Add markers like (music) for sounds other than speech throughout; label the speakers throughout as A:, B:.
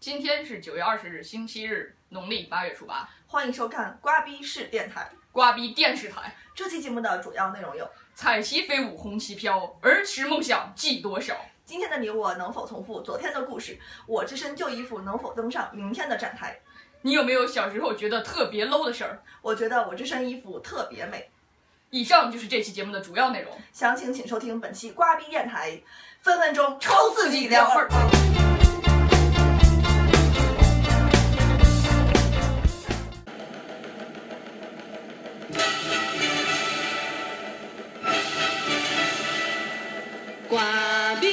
A: 今天是九月二十日，星期日，农历八月初八。
B: 欢迎收看瓜逼式电台。
A: 瓜逼电视台，
B: 这期节目的主要内容有：
A: 彩旗飞舞红旗飘，儿时梦想记多少？
B: 今天的你我能否重复昨天的故事？我这身旧衣服能否登上明天的展台？
A: 你有没有小时候觉得特别 low 的事儿？
B: 我觉得我这身衣服特别美。
A: 以上就是这期节目的主要内容。
B: 详情请收听本期瓜逼电台，分分钟抽自己两份儿。
C: 瓜逼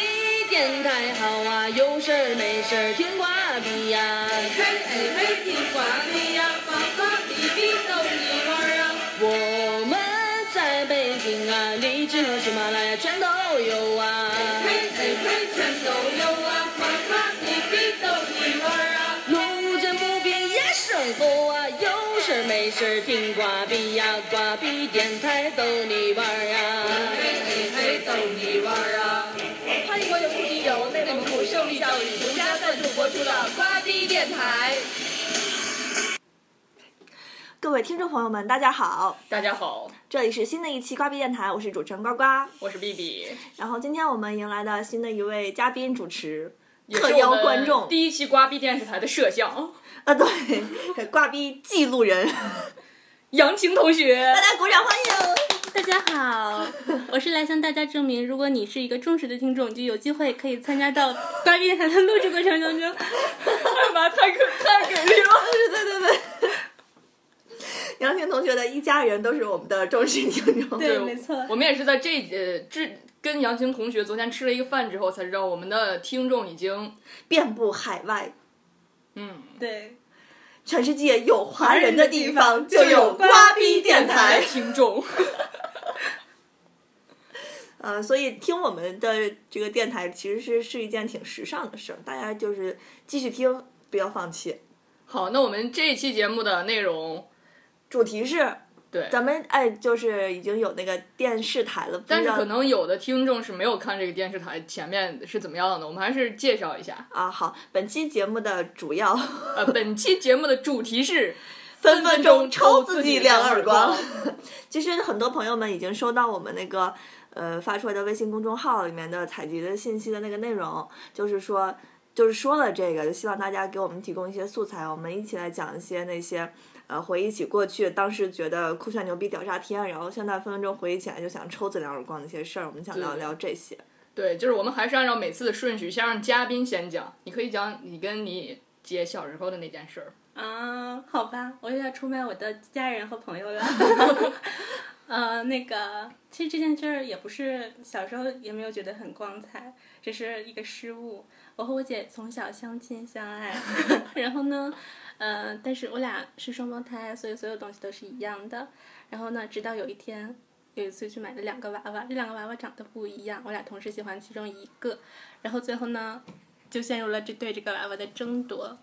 C: 电台好啊，有事儿没事儿听瓜逼呀、
D: 嘿哎嘿，听瓜皮呀，瓜瓜皮皮逗你玩儿啊！
C: 我们在北京啊，荔枝和喜马拉雅全都有啊。
D: 嘿哎嘿，全都有啊，瓜瓜皮皮逗你玩儿啊！
C: 路见不平一声吼啊，有事儿没事儿听瓜逼呀、瓜逼电台逗你玩儿
D: 嘿
C: 啊。
D: 哎嘿，逗你玩儿啊！
C: 欢迎网友不敌由内蒙古胜利教育独家赞助播出的瓜逼电台。
B: 各位听众朋友们，大家好，
A: 大家好，
B: 这里是新的一期瓜逼电台，我是主持人呱呱。
A: 我是 B B，
B: 然后今天我们迎来的新的一位嘉宾主持，
A: 也
B: 特
A: 是
B: 邀
A: 我们
B: 观众，
A: 第一期瓜逼电视台 (laughs) 的摄像
B: 啊，对， (laughs) 瓜逼记录
A: (laughs)
B: 人，
A: 杨晴同学
B: 大。家鼓掌欢迎。
E: 大家好，我是来向大家证明，如果你是一个忠实的听众，你就有机会可以参加到瓜逼电台的录制过程当
A: (laughs)
E: 中。 (laughs)
A: 哎妈，太可太给力了！
B: 对对 (laughs) 对。杨婷同学的一家人都是我们的忠实听众。
E: 对，没错，
A: 我们也是在这呃这跟杨晴同学昨天吃了一个饭之后，才知道我们的听众已经
B: 遍布海外，
A: 嗯。
E: 对，
B: 全世界有华人的地 (laughs) 方就有
E: 有
B: 瓜
E: 瓜
B: 逼电台。
A: 听众，
B: (laughs) 呃，所以听我们的这个电台其实是是一件挺时尚的事儿，大家就是继续听，不要放弃。
A: 好，那我们这一期节目的内容，
B: 主题是
A: 对，
B: 咱们哎，就是已经有那个电视台了，不
A: 但
B: 知
A: 是
B: 道
A: 可能有的听众是没有看这个电视台前面是怎么样的，我们还是介绍一下。
B: 啊。好，本期节目的主要
A: 呃，本期节目的主题是
B: (laughs) 分分钟抽自
A: 自
B: 己
A: 两
B: 两耳
A: 光
B: 光。。其实很多朋友们已经收到我们那个呃发出来的微信公众号里面的采集的信息的那个内容，就是说就是说了这个，就希望大家给我们提供一些素材，我们一起来讲一些那些呃回忆起过去当时觉得酷炫牛逼屌炸天，然后现在分分钟回忆起来就想抽自两耳光的一些事儿，我们想聊
A: 对
B: 聊这些。
A: 对，就是我们还是按照每次的顺序，先让嘉宾先讲。你可以讲你跟你姐小时候的那件事儿。
E: 啊，好吧，我又要出卖我的家人和朋友了。呃，那个，其实这件事儿也不是小时候也没有觉得很光彩，只是一个失误。我和我姐从小相亲相爱，然后呢，呃，但是我俩是双胞胎，所以所有东西都是一样的。然后呢，直到有一天，有一次去买了两个娃娃，这两个娃娃长得不一样，我俩同时喜欢其中一个，然后最后呢，就陷入了这对这个娃娃的争夺。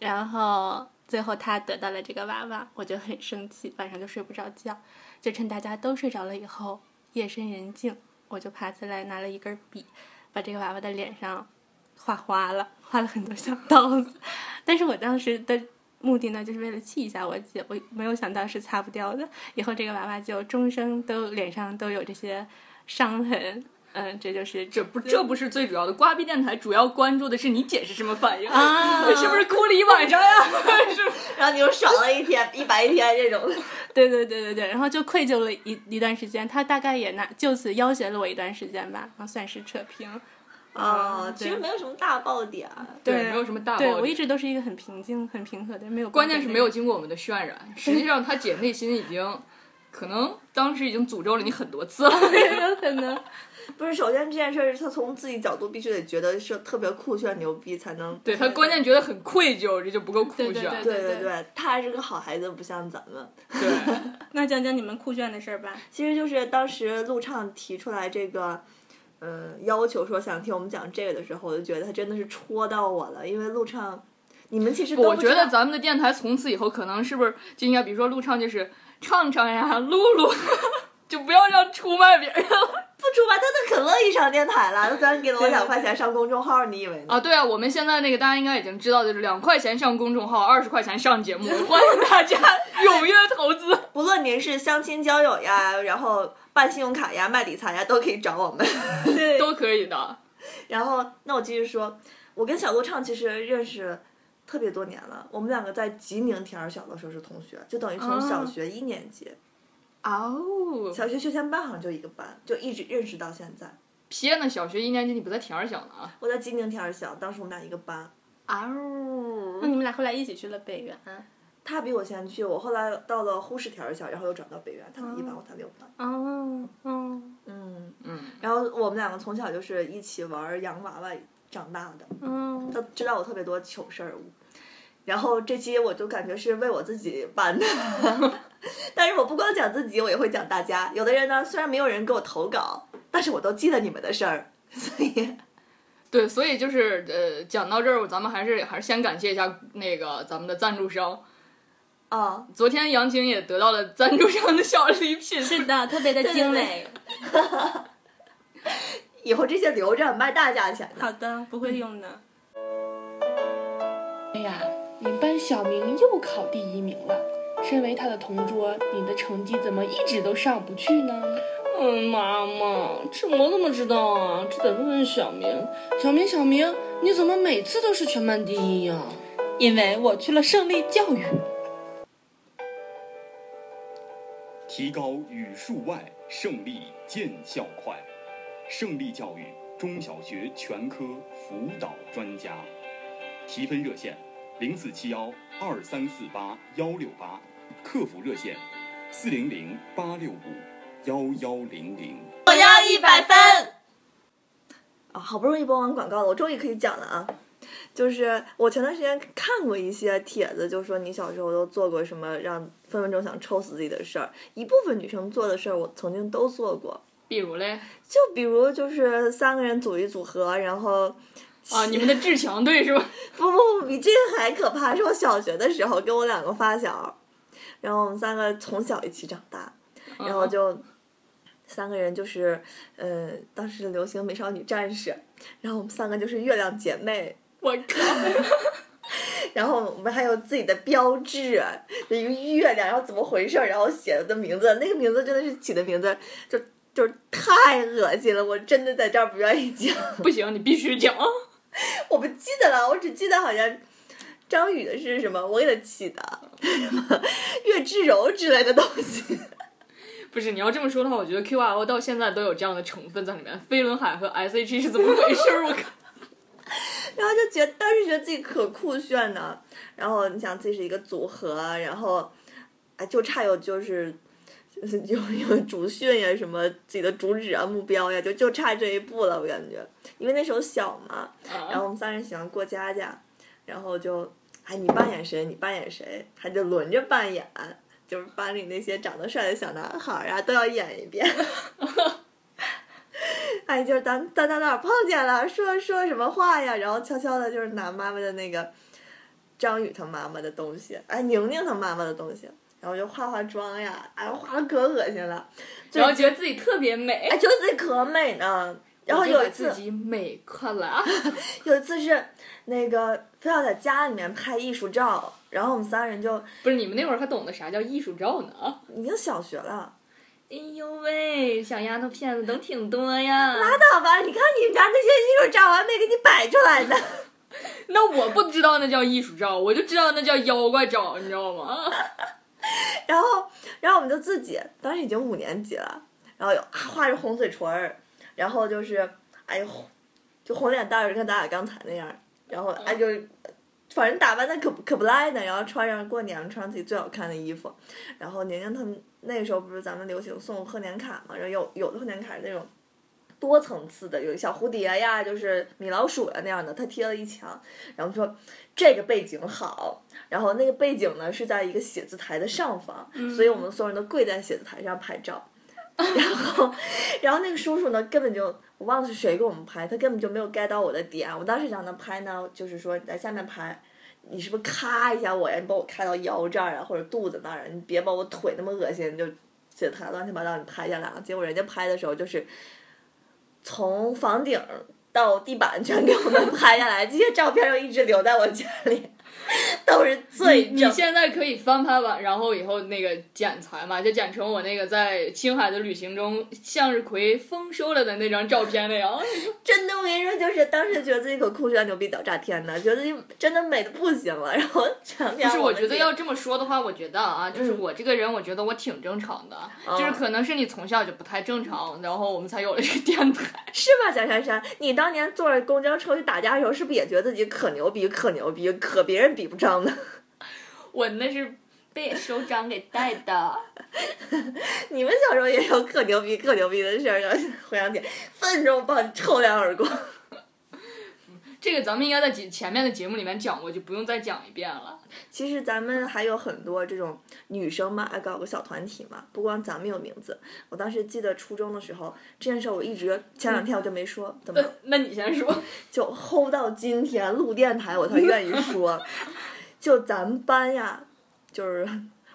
E: 然后最后他得到了这个娃娃，我就很生气，晚上就睡不着觉，就趁大家都睡着了以后，夜深人静，我就爬起来拿了一根笔，把这个娃娃的脸上画花了，画了很多小刀子。但是我当时的目的呢，就是为了气一下我姐，我没有想到是擦不掉的，以后这个娃娃就终生都脸上都有这些伤痕。嗯，这就是
A: 这不这不是最主要的，瓜逼电台主要关注的是你姐是什么反应，
E: 啊
A: (laughs) 是不是哭了一晚上呀？是不是
B: 然后你又爽了一天，一白一天这种。
E: 对对对对对，然后就愧疚了一一段时间，他大概也拿就此要挟了我一段时间吧，然后算是扯平。
B: 啊，
E: 嗯
B: 其实
E: 对
B: 没有什么大爆点。啊
A: 对，没有什么大爆
E: 对
A: 点
E: 我一直都是一个很平静、很平和的，没有
A: 关键是没有经过我们的渲染。实际上，他姐内心已经可能当时已经诅咒了你很多次了。
E: 有可能。
B: 不是，首先这件事儿，他从自己角度必须得觉得是特别酷炫牛逼才能。
A: 对他关键觉得很愧疚，这就不够酷炫。
E: 对对
B: 对对对，他还是个好孩子，不像咱们。
A: 对
E: 那讲讲你们酷炫的事儿吧。
B: 其实就是当时陆畅提出来这个，呃，要求说想听我们讲这个的时候，我就觉得他真的是戳到我了，因为陆畅，你们其实都
A: 我
B: 不
A: 觉
B: 知道
A: 得咱们的电台从此以后可能是不是就应该，比 (laughs) 如说录唱就是唱唱呀、露露，就不要让出卖别人了。
B: 不出吧，他都很乐意上电台了，都咱给了我两块钱上公众号，你以为呢？
A: 啊，对啊，我们现在那个大家应该已经知道，就是两块钱上公众号，二十块钱上节目，欢迎大家 (laughs) 踊跃投资。
B: 不论您是相亲交友呀，然后办信用卡呀、卖理财呀，都可以找我们。
E: 对，
A: 都可以的。
B: 然后，那我继续说，我跟小鹿唱其实认识特别多年了，我们两个在吉宁田儿小的时候是同学，就等于从小学一年级，
A: 哦，
B: 小学学前班好像就一个班，就一直认识到现在。
A: 撇呢？小学一年级你不在田儿小呢啊？
B: 我在吉宁田儿小，当时我们俩一个班，
A: 啊
E: 那你们俩后来一起去了北原，
B: 他比我先去，我后来到了呼市田儿小，然后又转到北苑，他们一班，我才六班。
E: 哦，嗯
B: 嗯，
A: 嗯，
B: 然后我们两个从小就是一起玩洋娃娃长大的，
E: 嗯，
B: 他知道我特别多糗事儿。然后这期我就感觉是为我自己办的， (laughs) 但是我不光讲自己，我也会讲大家。有的人呢，虽然没有人给我投稿，但是我都记得你们的事儿， (laughs) 所以
A: 对，所以就是呃，讲到这儿，咱们还是还是先感谢一下那个咱们的赞助商。
B: 啊、
A: 昨天杨晴也得到了赞助商的小礼品，
E: 是的，特别的精美。
B: 以后这些留着卖大价钱的。
E: 好的，不会用的。
F: 哎呀，你们班小明又考第一名了。身为他的同桌，你的成绩怎么一直都上不去呢？
C: 嗯，妈妈，这我怎么知道啊？这得问问小明。小明，小明，你怎么每次都是全班第一呀、
F: 因为我去了胜利教育。
G: 提高语数外，胜利见效快。胜利教育中小学全科辅导专家，提分热线零四七幺二三四八幺六八，客服热线四零零八六五幺幺零零。
B: 我要一百分。啊，好不容易播完广告了，我终于可以讲了啊！就是我前段时间看过一些帖子，就说你小时候都做过什么让分分钟想抽死自己的事儿。一部分女生做的事儿，我曾经都做过，
A: (laughs) 比如嘞
B: 就比如就是三个人组一组合，然后
A: (laughs) (laughs) 啊，你们的志强队是吧？
B: 不不不，比这个还可怕，是我小学的时候跟我两个发小，然后我们三个从小一起长大，然后就三个人就是，呃，当时流行美少女战士，然后我们三个就是月亮姐妹，
A: 我靠，
B: 然后我们还有自己的标志，有一个月亮，然后怎么回事儿，然后写的名字，那个名字真的是起的名字就就是太恶心了，我真的在这儿不愿意讲。
A: 不行，你必须 (laughs) 讲。
B: (laughs) 我不记得了，我只记得好像张宇的是什么，我给他起的，什么 (laughs) 岳志柔之类的东西。
A: 不是，你要这么说的话，我觉得 QRO 到现在都有这样的成分在里面。飞轮海和 SHE 是怎么回事儿？我靠！
B: 然后就觉得当时觉得自己可酷炫呢，然后你想自己是一个组合，然后哎就差有就是。就是有有主训呀，什么自己的主旨啊、目标呀，就就差这一步了，我感觉，因为那时候小嘛，然后我们三人喜欢过家家，然后就哎你扮演谁，你扮演谁，还得轮着扮演，就是班里那些长得帅的小男孩儿啊，都要演一遍。哎，就是咱咱在哪儿碰见了，说说什么话呀，然后悄悄的，就是拿妈妈的那个张宇他妈妈的东西，哎，宁宁他妈妈的东西，然后就化化妆呀，哎，化的可恶心了，
A: (laughs) 然后觉得自己特别美 (laughs)
B: 哎，，觉得自己可美呢。然后
A: 就
B: 有
A: 把
B: 一次
A: 自，己美快来啊！
B: 有一次是那个非要在家里面拍艺术照，然后我们三人就
A: (laughs) 不是你们那会儿还懂得啥叫艺术照呢啊？
B: 已经小学了。
A: 哎呦喂，小丫头片子懂挺多呀。
B: 拉倒吧，你看你们家那些艺术照，我还没给你摆出来呢。
A: 那我不知道那叫艺术照，我就知道那叫妖怪照，你知道吗？
B: 然后，然后我们就自己，当时已经五年级了，然后有啊画着红嘴唇儿，然后就是哎呦，就红脸蛋儿，跟咱俩刚才那样儿，然后哎就，反正打扮的可不可不赖呢，然后穿上过年穿上自己最好看的衣服，然后宁宁他们那个时候不是咱们流行送贺年卡嘛，然后有有的贺年卡是那种。多层次的，有小蝴蝶呀，就是米老鼠呀那样的，他贴了一墙，然后说这个背景好，然后那个背景呢是在一个写字台的上方，所以我们所有人都跪在写字台上拍照。然后，然后那个叔叔呢，根本就我忘了是谁给我们拍，他根本就没有 get 到我的点。我当时让他拍呢，就是说你在下面拍，你是不是咔一下我呀？你把我咔到腰这儿啊，或者肚子那儿啊，你啊别把我腿那么恶心，就写台乱七八糟你拍下来了。结果人家拍的时候就是从房顶到地板全给我们 (laughs) 拍下来，这些照片就一直留在我家里，都是最
A: 你
B: 正
A: 现在可以翻拍吧，然后以后那个剪裁嘛，就剪成我那个在青海的旅行中向日葵丰收了的那张照片那样。 (laughs)
B: 真的，我跟你说，就是当时觉得自己可酷炫、牛逼、屌炸天的，觉得自己真的美的不行了。然后长
A: 不
B: 篇，
A: 是，我
B: 我
A: 觉
B: 自
A: 得
B: 己
A: 要这么说的话，啊嗯我觉得啊，就是我这个人，我觉得我挺正常的，就是可能是你从小就不太正常，然后我们才有了这个电台。
B: 是吧，蒋珊珊？你当年坐着公交车去打架的时候，是不是也觉得自己可牛逼、可牛逼、可别人比不上呢？
A: (laughs)
B: (laughs)
A: 我那是被手掌给带的。
B: 你们小时候也有可牛逼、可牛逼的事儿啊！回想起来，分钟把你抽两耳光。
A: 这个咱们应该在节前面的节目里面讲过，就不用再讲一遍了。
B: (laughs) 其实咱们还有很多这种女生嘛，爱搞个小团体嘛，不光咱们有名字。我当时记得初中的时候，这件事儿我一直前两天我就没说，怎么了？
A: 那你先说，
B: 就 hold 到今天录电台，我才愿意
A: (laughs)
B: 说。就咱们班呀，就是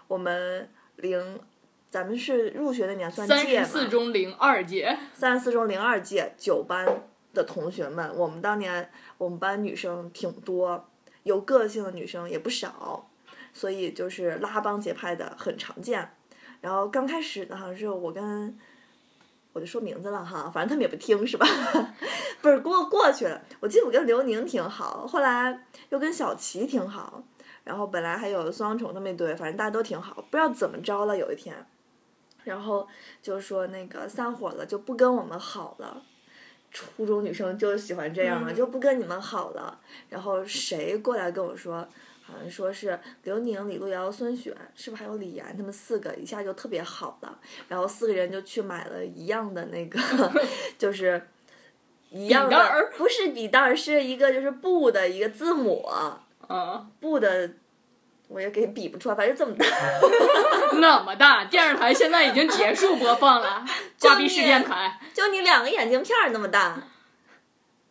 B: 我们零，咱们是入学那年算
A: 三
B: 届
A: 十
B: 嘛，
A: 四中零二届，
B: 三十四中零二届九班的同学们，我们当年我们班女生挺多，有个性的女生也不少，所以就是拉帮结派的很常见。然后刚开始呢，好像是我跟我就说名字了哈，反正他们也不听是吧？ (laughs) 不是过过去了。我记得我跟刘宁挺好，后来又跟小齐挺好，然后本来还有双重那么一对，反正大家都挺好。不知道怎么着了，有一天，然后就说那个散伙了，就不跟我们好了。初中女生就喜欢这样
A: 嗯
B: 嘛，就不跟你们好了。然后谁过来跟我说，好像说是刘宁、李路遥、孙雪，是不是还有李岩？他们四个一下就特别好了。然后四个人就去买了一样的那
A: (laughs)
B: 个，就是一样
A: 笔袋
B: 的
A: 儿，
B: 不是笔袋儿，是一个就是布的一个字母，
A: 嗯，
B: 布的。我也给比不出来，反正这么大， (laughs)
A: 那么大，电视台现在已经结束播放
B: (laughs)
A: 了，瓜逼是电台
B: 就你两个眼镜片儿那么大，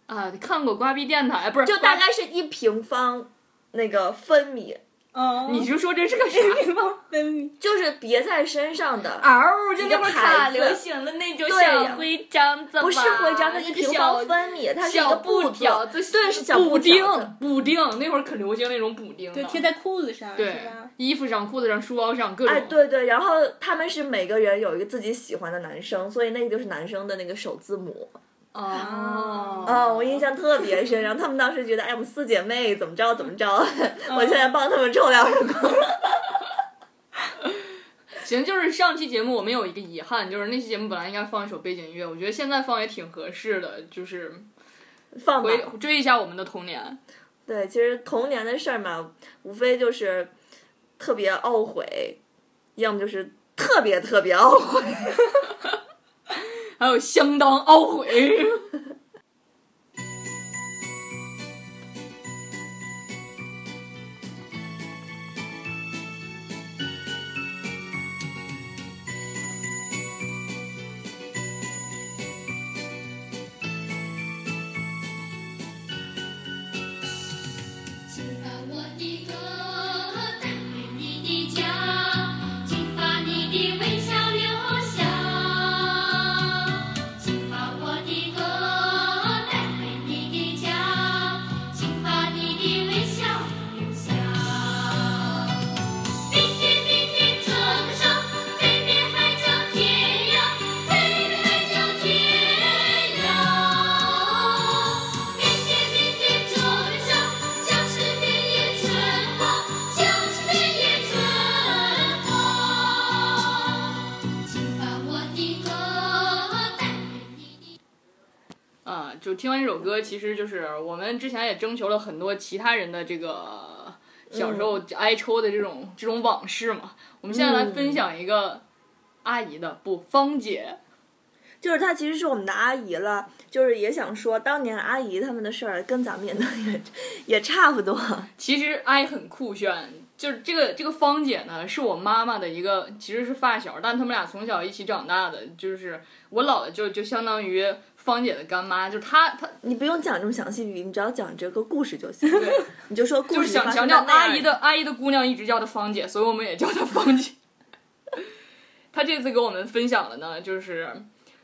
A: 啊，看过瓜逼电台不是？
B: 就大
A: 瓜
B: 概是一平方那个分米，
A: 嗯
E: 哦，
A: 你就说这是个啥？
E: 帮分你
B: 就是别在身上的，
A: 嗷，就
B: 那会儿卡流
A: 行的那种
B: 小
A: 徽章，
B: 不是徽章，它一平方分米，它是一个布条，
A: 子，
B: 对，是小
A: 补
B: 布
A: 丁
B: 条子，
A: 补丁，那会儿可流行那种补丁的，
E: 对贴在裤子上啊
A: 对
E: 是吧？
A: 衣服上、裤子上、书包上各种。
B: 哎，对对，然后他们是每个人有一个自己喜欢的男生，所以那个就是男生的那个首字母。
A: 哦，
B: 啊，我印象特别深。然后他们当时觉得，哎，我们四姐妹怎么着怎么着， (laughs) 我现在帮他们抽两耳光。
A: 行，就是上期节目我们有一个遗憾，就是那期节目本来应该放一首背景音乐，我觉得现在放也挺合适的，就是
B: (laughs) 放吧。
A: 回追一下我们的童年。
B: 对，其实童年的事儿嘛，无非就是特别懊悔，要么就是特别特别懊悔。 (laughs)
A: 还有相当懊悔。 (laughs)
H: 请把我的歌带回你的家，请把你的微笑留下。请把我的歌带回你的家，请把你的微笑留下。明天，明天乘上飞遍海角天涯，飞遍海角天涯。明天，明天乘上将是遍野春光，将是遍野春光。请把我的歌带给你的。
A: 啊，就听完这首歌，其实就是我们之前也征求了很多其他人的这个小时候挨抽的这种、这种往事嘛。我们现在来分享一个阿姨的，不，芳姐，
B: 就是她其实是我们的阿姨了，就是也想说，当年阿姨他们的事儿跟咱们也能也也差不多。 (laughs)
A: 其实阿姨很酷炫。就是这个这个芳姐呢，是我妈妈的一个，其实是发小，但他们俩从小一起长大的。就是我姥姥就就相当于芳姐的干妈，就是她她
B: 你不用讲这么详细语，你只要讲这个故事就行，
A: 对，
B: 你就说
A: 就
B: 故
A: 是
B: 事
A: 想
B: 发
A: 强
B: 生
A: 调
B: 在那
A: 阿姨
B: 儿
A: 的阿姨的姑娘一直叫她芳姐，所以我 (laughs) 们也叫她芳姐。她这次给我们分享了呢，就是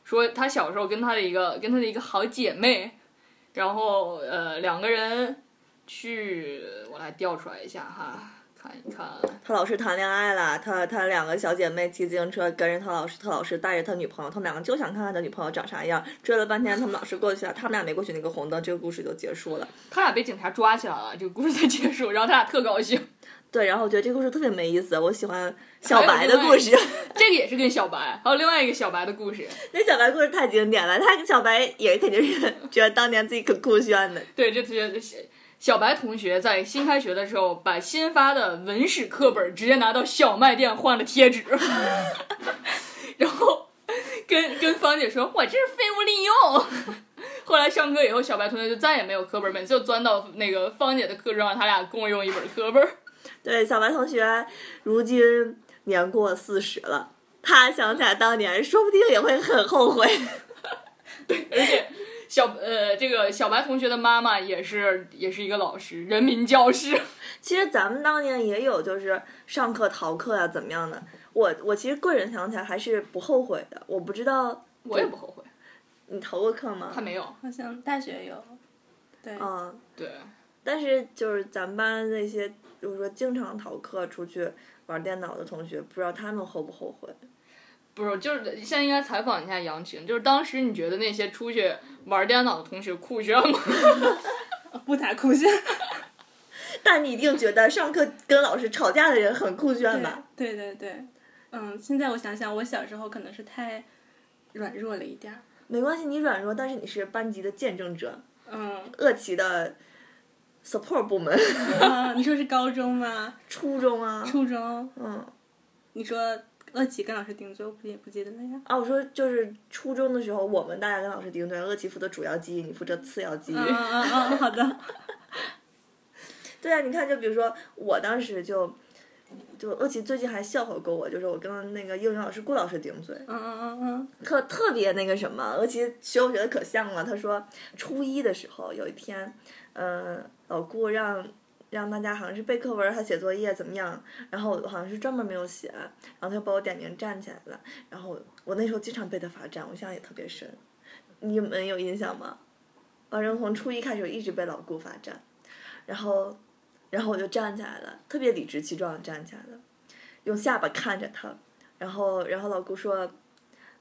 A: 说他小时候跟他的一个跟他的一个好姐妹，然后呃两个人去，我来调出来一下哈，看一看，
B: 他老师谈恋爱了，他他两个小姐妹骑自行车跟着他老师，他老师带着他女朋友，他们两个就想看看他女朋友长啥样，追了半天，他们老师过去了，他们俩没过去那个红灯，这个故事就结束了。
A: 他俩被警察抓起来了，这个故事才结束，然后他俩特高兴。
B: 对，然后我觉得这个故事特别没意思，我喜欢小白的
A: 哦
B: 故事。 (laughs)
A: 这个也是跟小白，还有另外一个小白的故事，
B: 那小白故事太经典了，他跟小白也肯定是觉得当年自己可酷炫的。
A: 对，这学小白同学在新开学的时候，把新发的文史课本直接拿到小卖店换了贴纸，然后跟跟芳姐说：“我这是废物利用。” (laughs) 后来上课以后，小白同学就再也没有课本，每次就钻到那个芳姐的课桌上，他俩共用一本课本。
B: 对，小白同学如今年过四十了，他想起来当年，说不定也会很后悔。 (laughs)
A: 而且小呃，这个小白同学的妈妈也是也是一个老师，人民教师。
B: 其实咱们当年也有，就是上课逃课呀、怎么样的。我我其实个人想起来还是不后悔的。我不知道
A: 我也不后悔，
B: 你逃过课吗
A: 他？没有。
E: 好像大学有，对，
B: 嗯，
A: 对，
B: 但是就是咱们班那些，比如说经常逃课出去玩电脑的同学，不知道他们后不后悔。
A: 不是，就是现在应该采访一下杨琴，就是当时你觉得那些出去玩电脑的同学酷炫吗？ (laughs)
E: 不咋酷炫。
B: 但你一定觉得上课跟老师吵架的人很酷炫吧？
E: 对对对，嗯，现在我想想，我小时候可能是太软弱了一点儿，
B: 没关系，你软弱，但是你是班级的见证者，，
E: 嗯
B: 恶奇的 support 部门， (laughs)
E: 啊，你说是高中吗？
B: 初中啊，
E: 初中，
B: 嗯
E: 你说恶奇跟老师顶嘴，我不也不记得了
B: (laughs)
E: 呀。
B: 啊，我说就是初中的时候，我们大家跟老师敌对，恶奇负责主要记忆，你负责次要记忆。
E: 嗯嗯嗯，好的。
B: (laughs) 对啊，你看，就比如说我当时就。就恶奇最近还笑话过我，就是我跟那个英语老师顾老师顶嘴，
E: 嗯嗯嗯
B: 特特别那个什么，我其实学我觉得可像了。他说初一的时候有一天，嗯、老顾让让大家好像是背课文还写作业怎么样，然后我好像是专门没有写，然后他就把我点名站起来了，然后我那时候经常被他罚站，我印象也特别深。你们有印象吗？反正从初一开始我一直被老顾罚站，然后然后我就站起来了，特别理直气壮的站起来了，用下巴看着他，然后然后老顾说。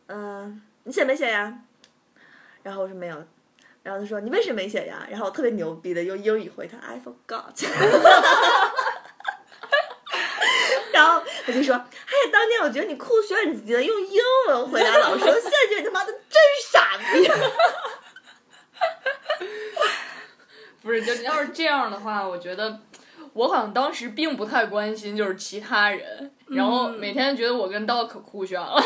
B: 嗯，你写没写呀？然后我说没有，然后他说你为什么没写呀？然后我特别牛逼的用英语回他 I forgot，然后我就说，嘿，当年我觉得你酷炫，你竟然用英文回答老师，我现在觉得你他妈的真傻逼。 (laughs)
A: 不是，就是要是这样的话，我觉得我好像当时并不太关心就是其他人，然后每天觉得我跟道可酷炫了，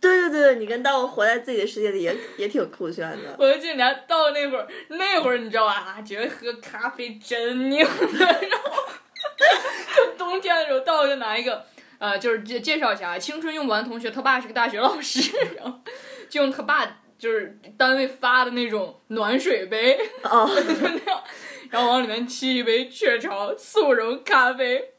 B: 对对对，你跟当我活在自己的世界里也也挺酷炫的。
A: 我就进来到那会儿，那会儿你知道吧，啊觉得喝咖啡真拧的，然后 (laughs) 就冬天的时候，到我就拿一个，呃，就是介介绍一下，啊，青春用不完同学，他爸是个大学老师， (laughs) 然后就用他爸就是单位发的那种暖水杯，
B: 哦，
A: (laughs) 然后往里面沏一杯雀巢速溶咖啡，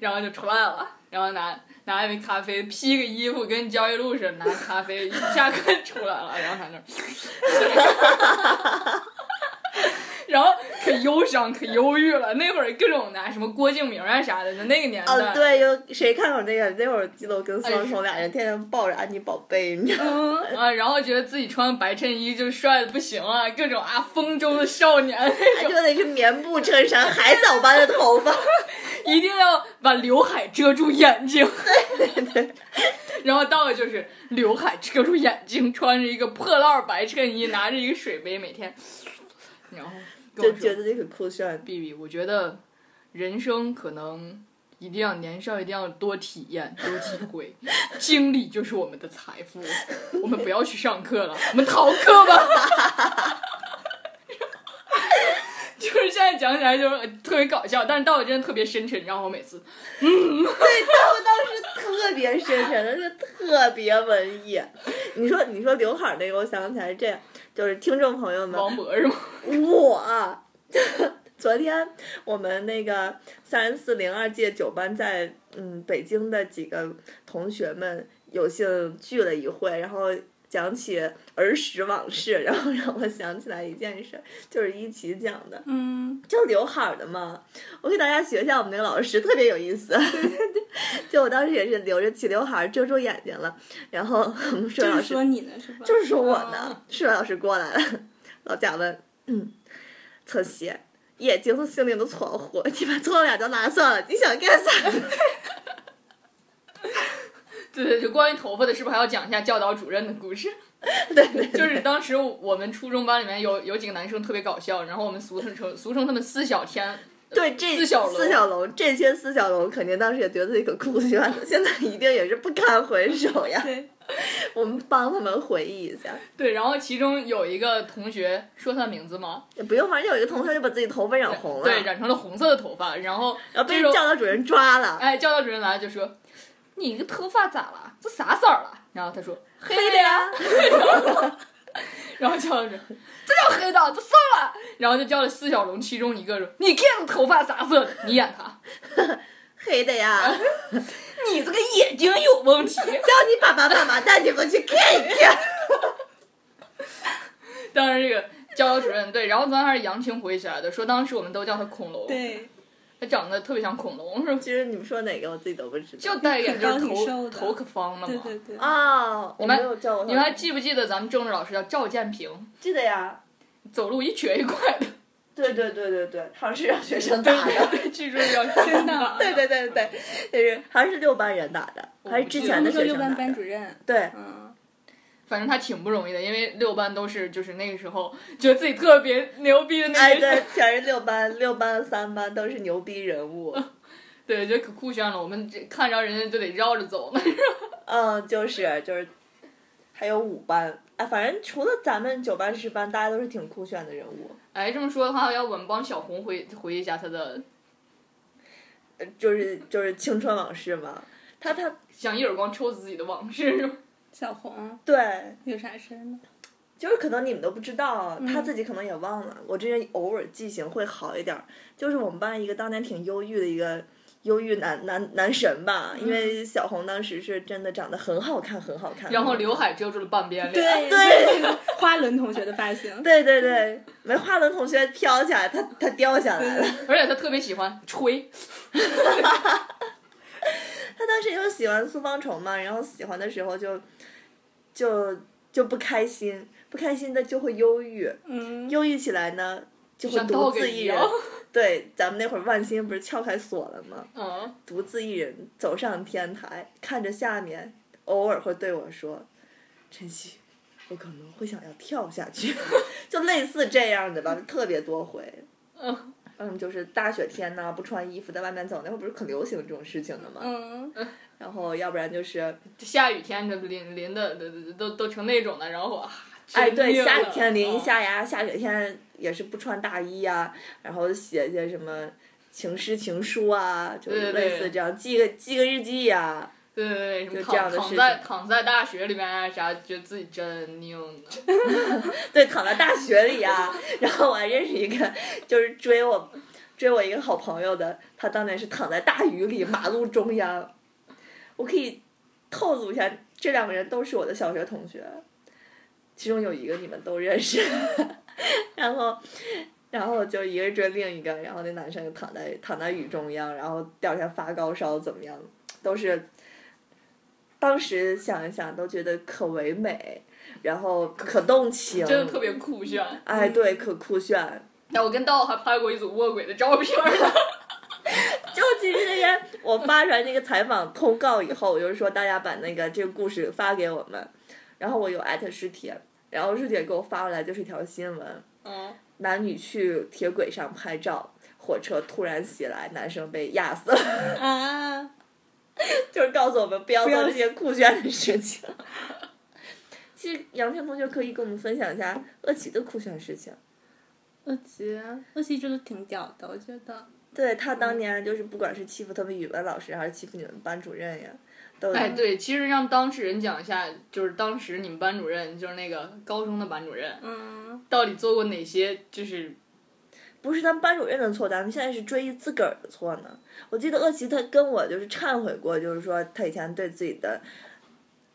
A: 然后就出来了，然后拿拿一杯咖啡，披个衣服，跟交易路似的拿咖啡，一下课出来了，然后在那儿， (laughs) 然后可忧伤可忧郁了，那会儿各种拿什么郭敬明啊啥的，在那个年代。
B: 哦，对，有谁看过那个？那会儿记得我跟双重俩人哎天天抱着安妮宝贝，你知道吗？ (laughs)
A: 啊，然后觉得自己穿白衬衣就帅的不行了，各种啊风中的少年那
B: 就
A: 种，
B: 得是棉布衬衫，海藻般的头发。 (laughs)
A: 一定要把刘海遮住眼睛。 (laughs) 然后到了就是刘海遮住眼睛，穿着一个破烂白衬衣，拿着一个水杯，每天，然后跟
B: 就
A: 我
B: 觉
A: 说
B: 得这个酷炫。
A: ：“B B，我觉得人生可能一定要年少，一定要多体验，多体会， (laughs) 经历就是我们的财富。我们不要去上课了，我们逃课吧。” (laughs) 就是现在讲起来就是特别搞笑，但是到我真的特别深沉，然后我每次
B: 我当时特别深沉的，就特别文艺。你说，你说刘海儿那个，我想起来是这样，就是听众朋友们，
A: 王勃是吗？ (laughs)
B: 我昨天我们那个三四零二届九班在嗯北京的几个同学们有幸聚了一会，然后讲起儿时往事，然后让我想起来一件事儿，就是一起讲的，
E: 嗯，
B: 就刘海儿的嘛。我给大家学一下我们那个老师，特别有意思。 (laughs) 就我当时也是留着齐刘海儿遮住眼睛了，然后我们数学
E: 就
B: 老
E: 是
B: 师
E: 说你呢，是吧？
B: 就是说我呢
E: 哦，，
B: (laughs) 数学老师过来了，老贾问，嗯，测写眼睛是心灵的窗户，你把窗帘都拉上了，你想干啥？ (laughs)
A: 对对对，关于头发的，是不是还要讲一下教导主任的故事？
B: 对对对，
A: 就是当时我们初中班里面有有几个男生特别搞笑，然后我们俗称俗称他们“四小天
B: 对这
A: 四小龙
B: 四小龙这些四小龙肯定当时也觉得自己可酷炫了，现在一定也是不堪回首呀。
E: 对，
B: (laughs) 我们帮他们回忆一下，”。
A: 对，然后其中有一个同学说他名字吗？
B: 也不用，反正有一个同学就把自己头发染红了，
A: 对，染成了红色的头发，然后
B: 然后被
A: 这种
B: 教导主任抓了，
A: 哎，教导主任来了就说：“你个头发咋了？这啥色儿了？”然后他说：“黑的呀。 (laughs) 然后教导主任：“这叫黑的，这色儿了。”然后就叫了四小龙其中一个说：“你看头发啥色的？你演他，
B: 黑的呀，
A: 你这个眼睛有问题。”
B: 叫你爸爸妈妈带你们去看一看。
A: (laughs)
B: (laughs)
A: 当时这个教导主任对，然后昨天还是杨青回忆起来的，说当时我们都叫他恐龙，
E: 对，
A: 他长得特别像恐龙，是吧？
B: 其实你们说哪个我自己都不知道。
A: 就 (laughs) 戴眼镜，
E: 挺
A: 头
E: 瘦的
A: 头可方了嘛。
E: 对对对，
B: 啊，我
A: 们
B: 没有叫过他。
A: 你们还记不记得咱们政治老师叫赵建平，
B: 记得呀？
A: 走路一瘸一拐的，
B: 对对对对对，好像是让学生打的。
A: 据说要真的。
B: 对对对对，就是好像是六班人打的，还是之前
E: 他
B: 的
E: 们说
B: 学
E: 六
B: 生打
E: 班班
B: 的。
E: 主任，
B: 对，
E: 嗯，
A: 反正他挺不容易的，因为六班都是就是那个时候觉得自己特别牛逼的那
B: 哎
A: 些人，
B: 对，全是六班、六班、三班都是牛逼人物。
A: 对，觉得可酷炫了。我们这看着人家就得绕着走呢。 (laughs)
B: 嗯，就是就是，还有五班，哎，反正除了咱们九班、十班，大家都是挺酷炫的人物。
A: 哎，这么说的话，要不我们帮小红回回忆一下她的，
B: 呃就是就是青春往事嘛。他他
A: 想一耳光抽死自己的往事。
E: 小红
B: 对，
E: 有啥事儿呢？
B: 就是可能你们都不知道，啊他
E: 嗯
B: 自己可能也忘了。我之前偶尔记性会好一点儿，就是我们班一个当年挺忧郁的一个忧郁男男男神吧，因为小红当时是真的长得很好看，很好看。
A: 嗯然后刘海遮住了半边脸。
E: 对
B: 对
E: (laughs) 花轮同学的发型，
B: 对对对，没画的同学飘起来，他他掉下来了。
A: 而且他特别喜欢吹，
B: 他当时就喜欢苏方虫嘛，然后喜欢的时候就就就不开心，不开心的就会忧郁，
E: 嗯，
B: 忧郁起来呢就会
A: 像
B: 独
A: dog
B: 自
A: 一
B: 一人
A: 样。
B: (laughs) 对，咱们那会儿万兴不是撬开锁了吗？
A: 嗯，
B: 独自一人走上天台，看着下面，偶尔会对我说：“晨曦，我可能会想要跳下
A: (laughs)
B: 去。”就类似这样的吧，特别多回。
A: 嗯
B: 嗯，就是大雪天呐、不穿衣服在外面走，那会儿不是可流行这种事情了吗？
E: 嗯，
B: 然后要不然就是，
A: 下雨天这淋淋的都都都成那种了，然后啊，
B: 哎，对，
A: 真
B: 下雨
A: 热
B: 天淋一
A: 嗯
B: 下呀，下雪天也是不穿大衣呀、然后写一些什么情诗情书啊，就
A: 对对
B: 类
A: 对
B: 似这样，记个记个日记呀、
A: 对对对，什么
B: 就这
A: 躺
B: 样的
A: 躺
B: 事
A: 在
B: 情
A: 躺在大学里面啊啥，觉得自己真牛呢。
B: (laughs) 对，躺在大学里呀、 (laughs) 然后我还认识一个，就是追我，追我一个好朋友的，他当年是躺在大雨里，马路中央。我可以透露一下，这两个人都是我的小学同学，其中有一个你们都认识。 (laughs) 然后，然后就一个追另一个，然后那男生就躺在躺在雨中央，然后第二天发高烧，怎么样？都是。当时想一想，都觉得可唯美，然后可动情，
A: 真的特别酷炫。
B: 哎，对，可酷炫。
A: 哎，我跟道还拍过一组卧轨的照片儿呢。 (laughs)
B: 就其实那天我发出来那个采访通告以后，我就是说大家把那个这个故事发给我们，然后我有艾特师姐，然后师姐给我发过来就是一条新闻，
A: 嗯，
B: 男女去铁轨上拍照，火车突然袭来，男生被压死了， (laughs)
E: 啊，
B: 就是告诉我们不要
E: 不
B: 做
E: 要
B: 这些酷炫的事情。 (laughs) 其实杨天同学可以跟我们分享一下恶奇的酷炫事情。
E: 恶奇，恶奇真的挺屌的，我觉得，
B: 对他当年就是不管是欺负他们语文老师，还是欺负你们班主任呀，都
A: 哎，对，其实让当事人讲一下，就是当时你们班主任，就是那个高中的班主任，
E: 嗯，
A: 到底做过哪些就是
B: 不是咱们班主任的错，咱们现在是追忆自个儿的错呢。我记得恶奇他跟我就是忏悔过，就是说他以前对自己的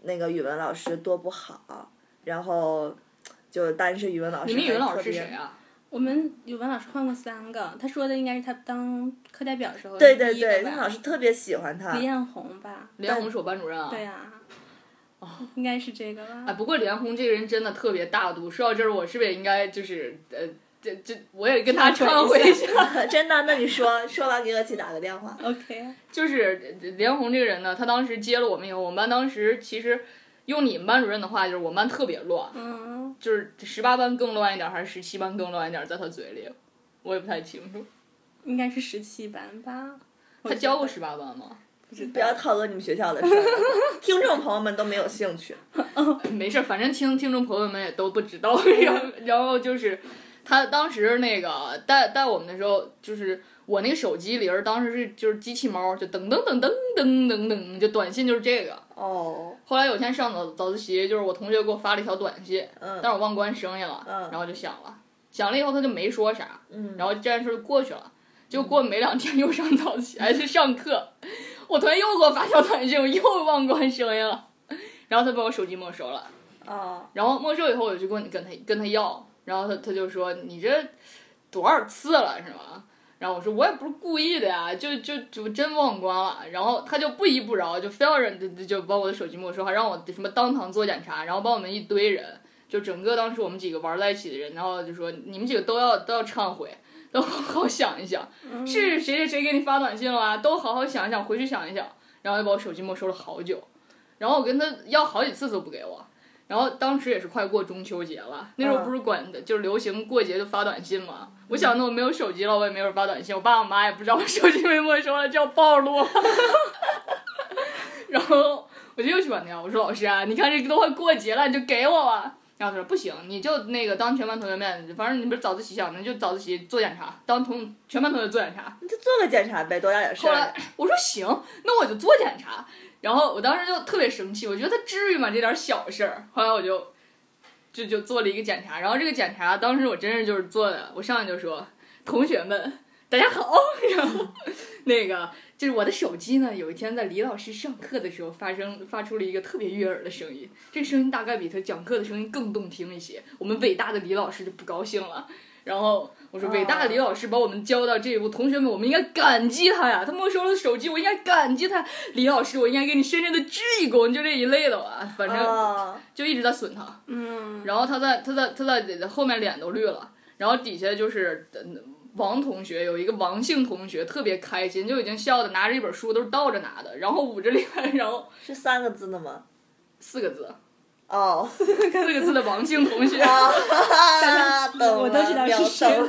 B: 那个语文老师多不好，然后就但是语文老
A: 你
B: 师，
A: 们语文老师是谁？啊？
E: 我们语文老师换过三个，他说的应该是他当课代表时候
B: 对对对，
E: 那
B: 那个老师特别喜欢他
E: 李。彦宏吧？
A: 李彦宏是我班主任啊。
E: 对呀、哦，应该是这个吧？
A: 哎，不过李彦宏这个人真的特别大度。说到这儿，我是不是也应该就是呃，这这我也跟他忏悔一下？
B: 真的？那你说说完给恶琪打个电话。
A: 哦
E: OK，
A: 就是呃连红这个人呢，他当时接了我们以后，我们班当时其实用你们班主任的话，就是我们班特别乱，
E: 嗯，
A: 就是十八班更乱一点，还是十七班更乱一点，在他嘴里，我也不太清楚。
E: 应该是十七班吧？
A: 他教过十八班吗？
E: 不知
B: 不要
E: 道。
B: 讨论你们学校的事儿了， (laughs) 听众朋友们都没有兴趣。
A: 没事儿，反正听听众朋友们也都不知道。然后然后就是他当时那个带带我们的时候，就是我那个手机铃儿当时是就是机器猫，就噔噔噔噔噔噔噔，就短信就是这个。
B: 哦，
A: 后来有天上早早自习，就是我同学给我发了一条短信，
B: 嗯
A: 但是我忘关声音了，
B: 嗯
A: 然后就响了，响了以后他就没说啥，
B: 嗯，
A: 然后这件事就过去了。结果过没两天又上早自习，还去上课， (laughs) 我同学又给我发条短信，我又忘关声音了， (laughs) 然后他把我手机没收了，
B: 哦，
A: 然后没收以后我就跟跟他跟他要，然后他他就说你这多少次了是吗？然后我说我也不是故意的呀，就就就真忘关了。然后他就不依不饶，就非要让就就就把我的手机没收，还让我什么当堂做检查，然后把我们一堆人，就整个当时我们几个玩在一起的人，然后就说你们几个都要都要忏悔，都好好想一想， (laughs) 是谁谁谁给你发短信了啊？都好好想一想，回去想一想。然后就把我手机没收了好久，然后我跟他要好几次都不给我。然后当时也是快过中秋节了，那时候
B: 嗯
A: 不是管的，就是流行过节就发短信嘛。我想着我没有手机了，我也没有发短信，我爸我妈也不知道我手机被没收了，这要暴露 (laughs) 了。然后我就又去管他要，我说老师啊，你看这都快过节了，你就给我吧。然后他说不行，你就那个当全班同学面，反正你不是早自习想的，你就早自习做检查，当同全班同学做检查。
B: 你就做个检查呗，多大点事
A: 后来
B: 儿。啊
A: 我说行，那我就做检查。然后我当时就特别生气，我觉得他至于吗？这点小事儿。后来我就就就做了一个检查，然后这个检查当时我真是就是做的，我上去就说同学们大家好， (laughs) 然后那个就是我的手机呢，有一天在李老师上课的时候发生发出了一个特别悦耳的声音，这个声音大概比他讲课的声音更动听一些。我们伟大的李老师就不高兴了。然后我说，伟大的李老师把我们教到这一步，同学们，我们应该感激他呀！他没收了手机，我应该感激他。李老师，我应该给你深深的鞠一躬，就这一类的吧。反正
B: 哦，
A: 就一直在损他。
E: 嗯，
A: 然后他在他在他在后面脸都绿了，然后底下就是呃王同学有一个王姓同学特别开心，就已经笑的拿着一本书都是倒着拿的，然后捂着脸，然后
B: 是三个字的吗？
A: 四个字
B: 哦，
A: 四个字的王姓同学，
B: (laughs)
A: 然
B: 啊，懂了，
E: 我都知道是谁
B: 秒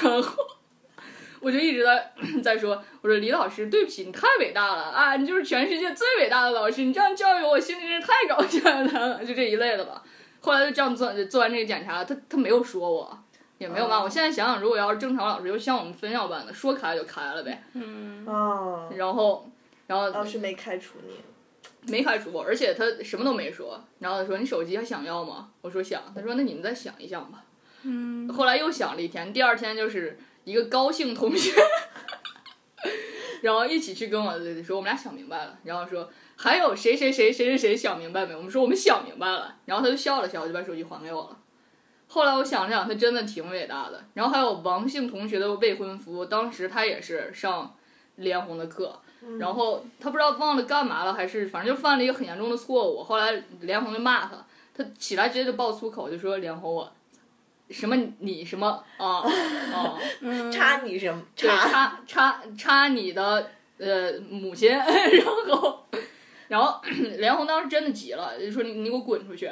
B: 懂了
A: 后。我就一直在 (clears throat) 在说，我说李老师，对不起，你太伟大了啊！你就是全世界最伟大的老师，你这样教育我，我心里真是太高兴了，就 (laughs) 这一类的吧。后来就这样做，做完这个检查，他他没有说我，也没有骂我。现在想想，如果要是正常老师，就像我们分校班的，说开就开了呗。
E: 嗯
B: 哦，
A: 然后，然后
B: 老师没开除你。
A: 没开除我，而且他什么都没说。然后他说：“你手机还想要吗？”我说：“想。”他说：“那你们再想一想吧。”嗯。后来又想了一天，第二天就是一个高姓同学，然后一起去跟我说，我们俩想明白了。然后说还有谁谁谁谁谁谁想明白没？我们说我们想明白了。然后他就笑了笑，就把手机还给我了。后来我想了想，他真的挺伟大的。然后还有王姓同学的未婚夫，当时他也是上连红的课，然后他不知道忘了干嘛了，还是反正就犯了一个很严重的错误。后来连红就骂他，他起来直接就爆粗口，就说连红我什么你什么啊啊，
B: 插你什么？
A: 对
B: 插
A: 插插插你的呃母亲， (laughs) 然后然后连红当时真的急了，就说你你给我滚出去。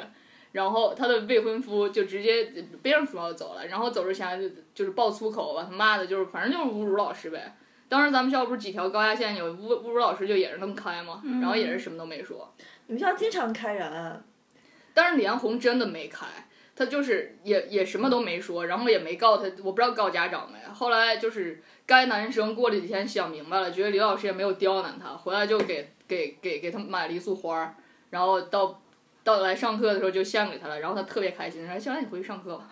A: 然后她的未婚夫就直接背上书包就走了，然后走之前就就是爆粗口，把他骂的就是反正就是侮辱老师呗。当时咱们学校不是几条高压线有侮侮辱老师就也是那么开嘛，然后也是什么都没说。
B: 你们学校经常开啊人，
A: 但是李彦宏真的没开，他就是也也什么都没说，然后也没告他，我不知道告家长没。后来就是该男生过了几天想明白了，觉得李老师也没有刁难他，回来就给给给给他买了一束花儿，然后到到来上课的时候就献给他了，然后他特别开心，说行了，你回去上课吧。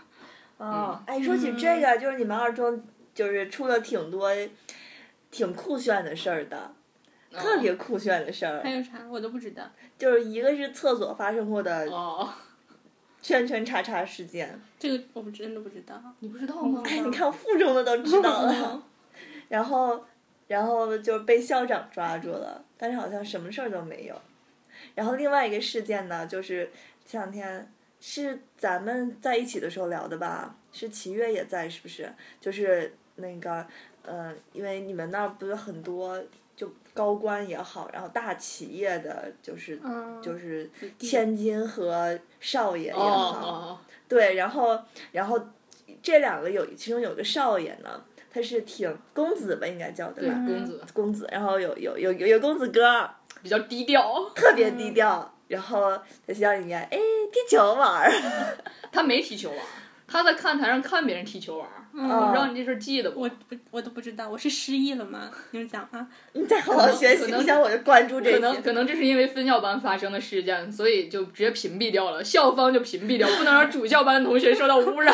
B: 哦，哎，说起这个，就是你们二中就是出了挺多挺酷炫的事儿的，特别酷炫的事儿
E: 还，有啥我都不知道。
B: 就是一个是厕所发生过的
A: 哦，
B: 圈圈叉叉事件。
E: 这个我们真的不知道。
A: 你不知道吗？
B: 哎，你看附中的都知
A: (laughs)
B: 道了，然后，然后就被校长抓住了，但是好像什么事儿都没有。然后另外一个事件呢，就是前两天是咱们在一起的时候聊的吧？是齐月也在，是不是？就是那个，呃，因为你们那儿不是很多就高官也好，然后大企业的就是、
E: 嗯
B: 就是
E: 弟
B: 千金和少爷也
A: 哦
B: 好，
A: 哦，
B: 对，然后然后这两个有其中有个少爷呢，他是挺公子吧，应该叫对
A: 对，
B: 吧？
A: 公子
B: 公子，然后有有有有有公子哥，
A: 比较低调， (laughs)
B: 特别
A: 嗯
B: 低调，然后在学校里面哎踢球玩儿，
A: 他没踢球玩，他在看台上看别人踢球玩。嗯
B: (laughs)
A: 我不知道
B: 啊，
A: 你这事儿记得不
E: 我？不，我都不知道，我是失忆了吗？你们讲啊，
B: 你再好好学
A: 可
B: 习，
A: 能
B: 不像我就关注这
A: 可能
B: 些。
A: 可能这是因为分校班发生的事件，所以就直接屏蔽掉了，校方就屏蔽掉，不能让主校班的同学受到污
B: (laughs)
A: 染。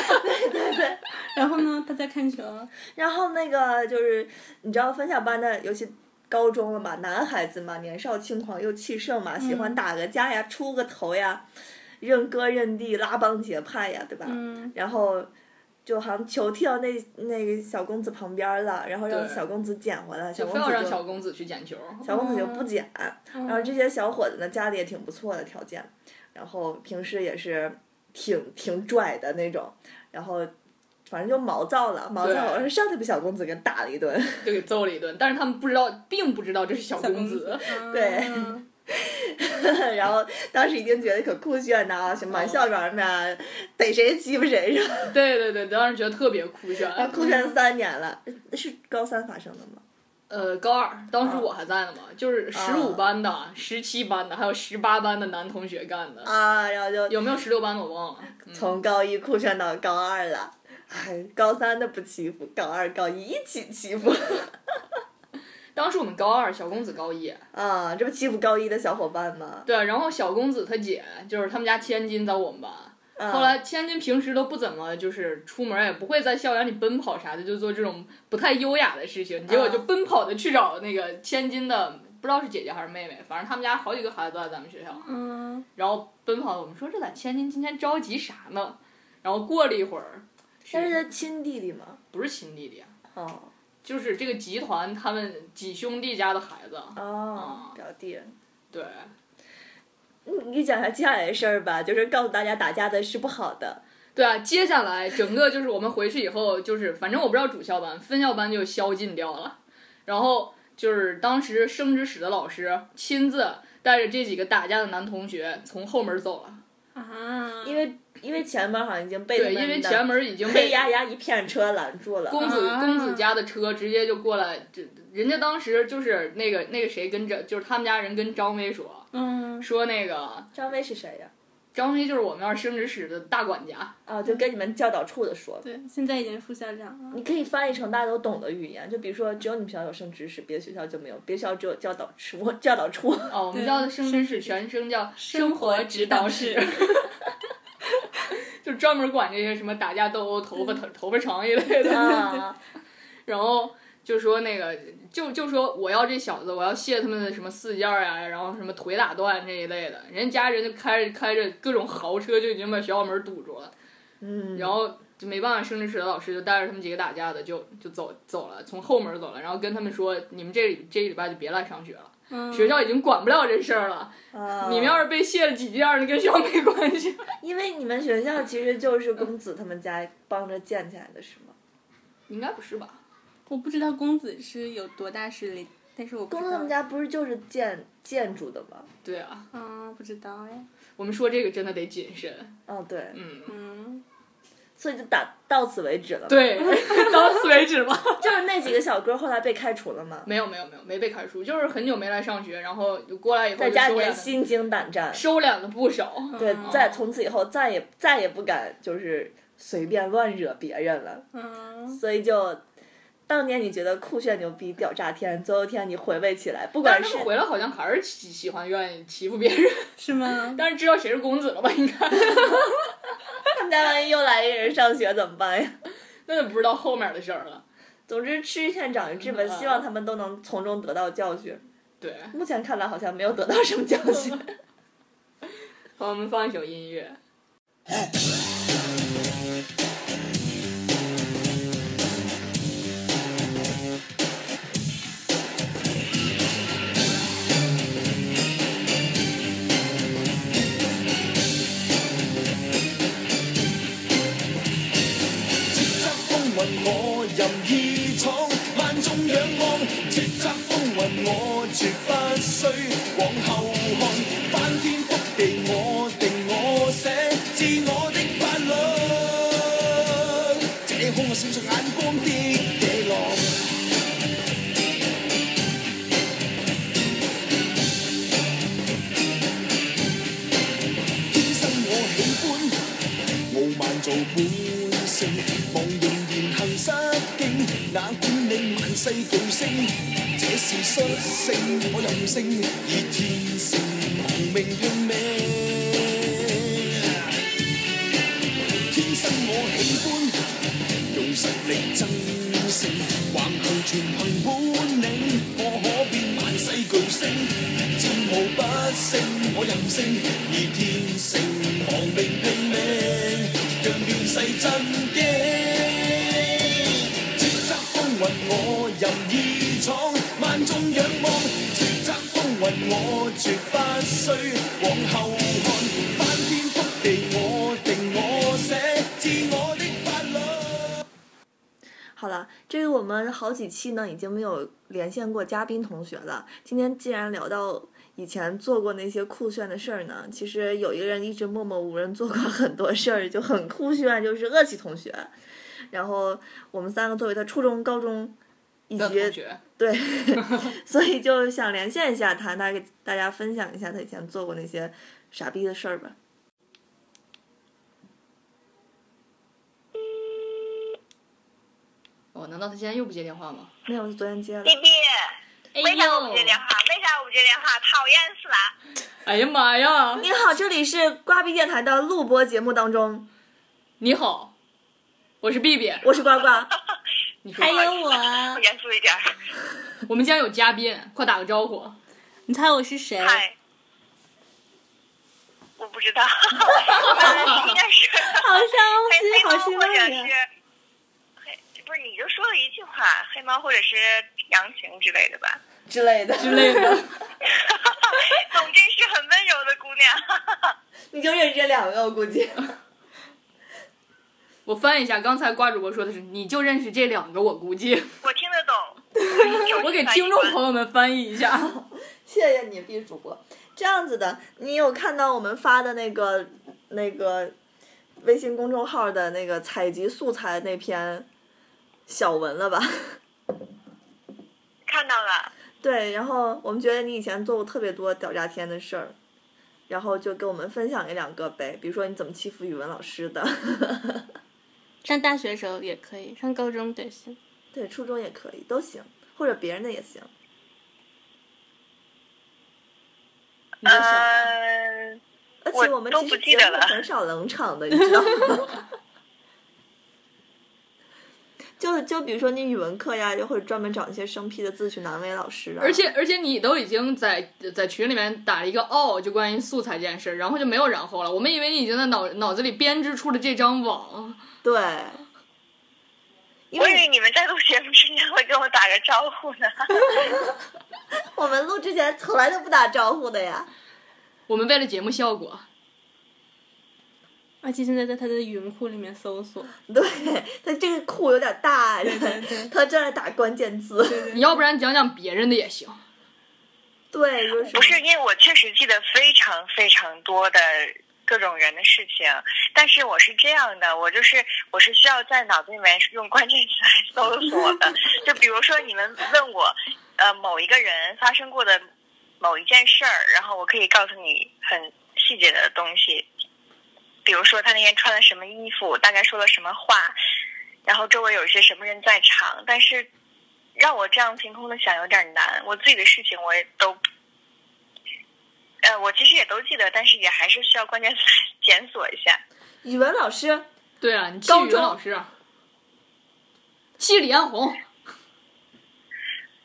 E: 然后呢，他在看球，
B: 然后那个就是你知道分校班的，尤其。高中了嘛，男孩子嘛，年少轻狂又气盛嘛，喜
A: 嗯
B: 欢打个架呀，出个头呀，认哥认弟，拉帮结派呀，对吧？
E: 嗯，
B: 然后就好像球踢到那那个小公子旁边了，然后让
A: 对
B: 小公子捡回来，小
A: 就
B: 公
A: 非
B: 子
A: 要
B: 就
A: 让小嗯公子去捡球，
B: 小公子就不捡，然后这些小伙子呢家里也挺不错的条件，然后平时也是挺挺拽的那种，然后反正就毛躁了，毛躁，
A: 对
B: 我说上去被小公子给打了一顿， (laughs)
A: 就给揍了一顿。但是他们不知道，并不知道这是小公
E: 小
A: 子。
B: 对，
E: 嗯
B: 然后当时一定觉得可酷炫呐、什
A: 嗯
B: 么校园嘛，逮谁欺负谁是吧？
A: 对对对，当时觉得特别酷炫。
B: 然后啊酷
A: 嗯
B: 炫三年了，是高三发生的吗？
A: 呃，高二当时我还在呢嘛，就是十五
B: 啊
A: 班的、十七班的，还有十八班的男同学干的。
B: 啊，然后就
A: 有没有十六班的我忘了。嗯
B: 从高一酷炫到高二了，哎，高三的不欺负，高二、高一一起欺负 (laughs)
A: 当时我们高二，小公子高一。
B: 啊！这不欺负高一的小伙伴吗？
A: 对，然后小公子他姐就是他们家千金在我们班。
B: 啊、
A: 后来千金平时都不怎么就是出门，也不会在校园里奔跑啥的，就做这种不太优雅的事情。结果就奔跑的去找那个千金的，不知道是姐姐还是妹妹，反正他们家好几个孩子都在咱们学校。
E: 嗯，
A: 然后奔跑，我们说这咋千金今天着急啥呢？然后过了一会儿，
B: 但是他亲弟弟嘛，
A: 不是亲弟弟，啊
B: 哦
A: 就是这个集团他们几兄弟家的孩子。
B: 哦，表弟。嗯
A: 对，
B: 你你讲一下接下来的事儿吧，就是告诉大家打架的是不好的。
A: 对啊，接下来整个就是我们回去以后，就是反正我不知道主校班、分校班就宵禁掉了，然后就是当时生殖室的老师亲自带着这几个打架的男同学从后门走了，
E: 啊，
B: 因为因为前门好像已经被
A: 对，
B: 他们
A: 因为
B: 的
A: 前门已经
B: 黑
A: 被
B: 压压一片车拦住了。
A: 公子
E: 啊
A: 公子家的车直接就过来，这人家当时就是那个那个谁跟着，就是他们家人跟张威说
E: 嗯，
A: 说那个
B: 张威是谁呀、
A: 张威就是我们那儿生殖室的大管家，
B: 啊，就跟你们教导处的说，
E: 对，现在已经是副校长了，
B: 你可以翻译成大家都懂的语言，就比如说，只有你们学校有生殖室，别的学校就没有，别的学校只有教导 (laughs) 处，教导处。 (laughs)
A: 哦，我们
E: 对
A: 叫生殖室全称叫
E: 生
A: 生
E: 活
A: 活
E: 指
A: 指
E: 导
A: 导
E: 室
A: 室，
E: (laughs)
A: (laughs) 就专门管这些什么打架斗殴、
E: 嗯
A: 头发头头发长一类的。
B: 啊，
A: (laughs) 然后就说那个，就就说我要这小子，我要卸他们的什么四件儿呀，然后什么腿打断这一类的。人家人就开着开着各种豪车就已经把学校门堵住了，
B: 嗯，
A: 然后。就没办法，生殖室的老师就带着他们几个打架的就就走走了，从后门走了，然后跟他们说：“你们这这一礼拜就别来上学了，
E: 嗯，
A: 学校已经管不了这事儿了。”
B: 啊，
A: 你们要是被卸了几件儿，那跟学校没关
B: (laughs)
A: 系。
B: 因为你们学校其实就是公子他们家帮着建起来的，是吗？
A: 应该不是吧？
E: 我不知道公子是有多大势力，但是我不
B: 公
E: 知
B: 子他们
E: 道，
B: 家不是就是建建筑的吗？
A: 对啊，
B: 嗯
E: 啊，不知道哎，
A: 我们说这个真的得谨慎。
B: 嗯，对，
A: 嗯，
E: 嗯，
B: 所以就打到此为止了。，
A: 对， (laughs) 到此为止吧。
B: 就是那几个小哥后来被开除了嘛，
A: 没有没有没有，没被开除，就是很久没来上学，然后就过来以后
B: 在
A: 就
B: 家里
A: 收
B: 面
A: 敛了，
B: 心惊胆战。
A: 收敛了不少。
B: 对，
E: 嗯
B: 再从此以后再也再也不敢就是随便乱惹别人了。
E: 嗯，
B: 所以就，当年你觉得酷炫牛逼屌炸天，总有一天你回味起来，不管
A: 但
B: 是
A: 是他们回来好像还是喜喜欢愿意欺负别人，
E: 是吗？
A: 但是知道谁是公子了吧？应该
B: 他们家万一又来一个人上学怎么办呀？
A: 那就不知道后面的事儿了。
B: 总之，吃一堑长一智吧，
A: 嗯
B: 希望他们都能从中得到教训。
A: 对，
B: 目前
A: (laughs)
B: 看来好像没有得到什么教训。
A: 好，我们放一首音乐。
I: 叱咤風雲我任意闖，萬眾仰望。叱咤風雲我絕不需往後看，翻天覆地我定我寫，自我的法律。這空我閃着眼光的野狼。天生我喜歡傲慢做本性，忘形言行失敬，哪管你萬世巨星，這是率性，我任性，而天性無名拼命。天生我喜歡用實力爭勝，橫行全憑本領，我可變萬世巨星，戰無不勝，我任性，而天性亡命拼命，讓亂世震驚。叱咤風雲我任意闖，萬眾仰望。叱咤風雲我絕不需往後看，翻天覆地我定我寫，自我的法律。
B: 好了，这个我们好几期呢已经没有连线过嘉宾同学了。今天既然聊到以前做过那些酷炫的事儿呢，其实有一个人一直默默无人做过很多事儿，就很酷炫，就是恶奇同学。然后我们三个作为他初中、高中以
A: 的同
B: 及
A: 学，
B: 对， (laughs) 所以就想连线一下他，他给大家分享一下他以前做过那些傻逼的事儿吧。
A: 哦，难道他现在又不接电话吗？
B: 没有，昨天接了。
A: 哎
J: 为啥我不接电
A: 呦，
J: 话？为啥我不接电话？讨厌死了！
A: 哎呀妈呀！
B: 你好，这里是瓜逼电台的录播节目当中，
A: 你好，我是 B B，
B: 我是呱呱。
A: 你说
E: 还有我
J: 我，严肃一点。
A: 我们将有嘉宾，快打个招呼。
E: 你猜我是谁？
J: 嗨，我不知道，应该是
E: 好
J: 黑
E: 伤
J: 黑
E: 心，
J: 猫
E: 好啊失
J: 或者
E: 望呀！
J: 是黑，不是你就说了一句话，黑猫或者是杨晴之类的吧。
B: (laughs) 之类的
A: 之类的。
J: 总之是很温柔的姑娘。
B: 你就认识这两个，我估计。
A: (laughs)
B: (laughs)
A: 我翻一下，刚才瓜主播说的是，你就认识这两个，我估 (laughs) 计。
J: 我听得懂。
A: 我
J: 我
A: 给听众朋友们翻译一下。
B: 谢谢你，B 主播。这样子的，你有看到我们发的那个那个微信公众号的那个采集素材那篇小文了吧？
J: 看到了，
B: 对，然后我们觉得你以前做过特别多屌炸天的事儿，然后就给我们分享一两个呗，比如说你怎么欺负语文老师的， (laughs)
E: 上大学的时候也可以，上高中也行。
B: 对，初中也可以，都行，或者别人的也行。
A: 你在想，
J: 嗯、
B: 而
J: 我
B: 且我们
J: 都
B: 其
J: 不
B: 实
J: 记
B: 节
J: 得
B: 目
J: 了
B: 很少冷场的，你知道吗？ (laughs) 就就比如说你语文课呀，就或者专门找一些生僻的字去难为老师
A: (laughs)
B: 啊。
A: 而且而且你都已经在在群里面打了一个哦，就关于素材这件事，然后就没有然后了。我们以为你已经在脑脑子里编织出了这张网，
B: 对，因
J: 我以为
B: 为
J: 你们在录节目之前会跟我打个招呼呢。
B: 我们录之前从来都不打招呼的呀。
A: 我们为了节目效果，
E: 而且现在啊在他的云库里面搜索，
B: 对，他这个库有点大，啊
E: 对对
B: 他正在打关键字。
A: 你要不然讲讲别人的也行。
B: 对，就是
J: 不是，因为我确实记得非常非常多的各种人的事情，但是我是这样的，我就是我是需要在脑子里面用关键词来搜索的。就比如说你们问我，呃，某一个人发生过的某一件事儿，然后我可以告诉你很细节的东西，比如说他那天穿了什么衣服，大概说了什么话，然后周围有一些什么人在场，但是。让我这样凭空的想有点难，我自己的事情我也都呃，我其实也都记得，但是也还是需要关键词 (laughs) 来检索一下。
B: 语文老师，
A: 对啊，你气
B: 高
A: 语
B: 中
A: 文老师啊，气李彦宏，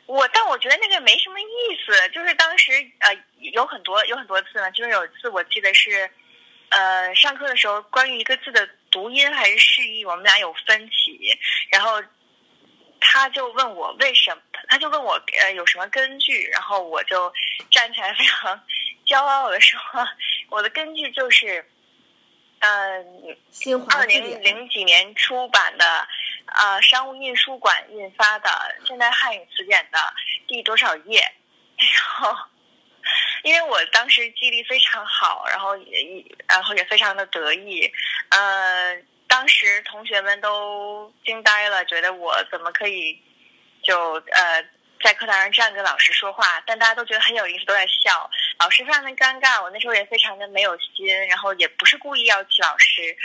J: 我，但我觉得那个没什么意思，就是当时呃有很多有很多次呢，就是有一次我记得是，呃，上课的时候关于一个字的读音还是释义，我们俩有分歧。然后他就问我为什么，他就问我呃有什么根据，然后我就站起来非常 (laughs) 骄傲的说，我的根据就是，嗯、
B: 新华
J: 二
B: 字典
J: 零零几年出版的，呃，商务印书馆印发的《现代汉语词典》的第多少页？ (laughs) 然后，因为我当时记忆力非常好，然后也然后也非常的得意，呃，当时同学们都惊呆了，觉得我怎么可以就呃在课堂上站跟老师说话，但大家都觉得很有意思，都在笑。老师非常的尴尬，我那时候也非常的没有心，然后也不是故意要气老师，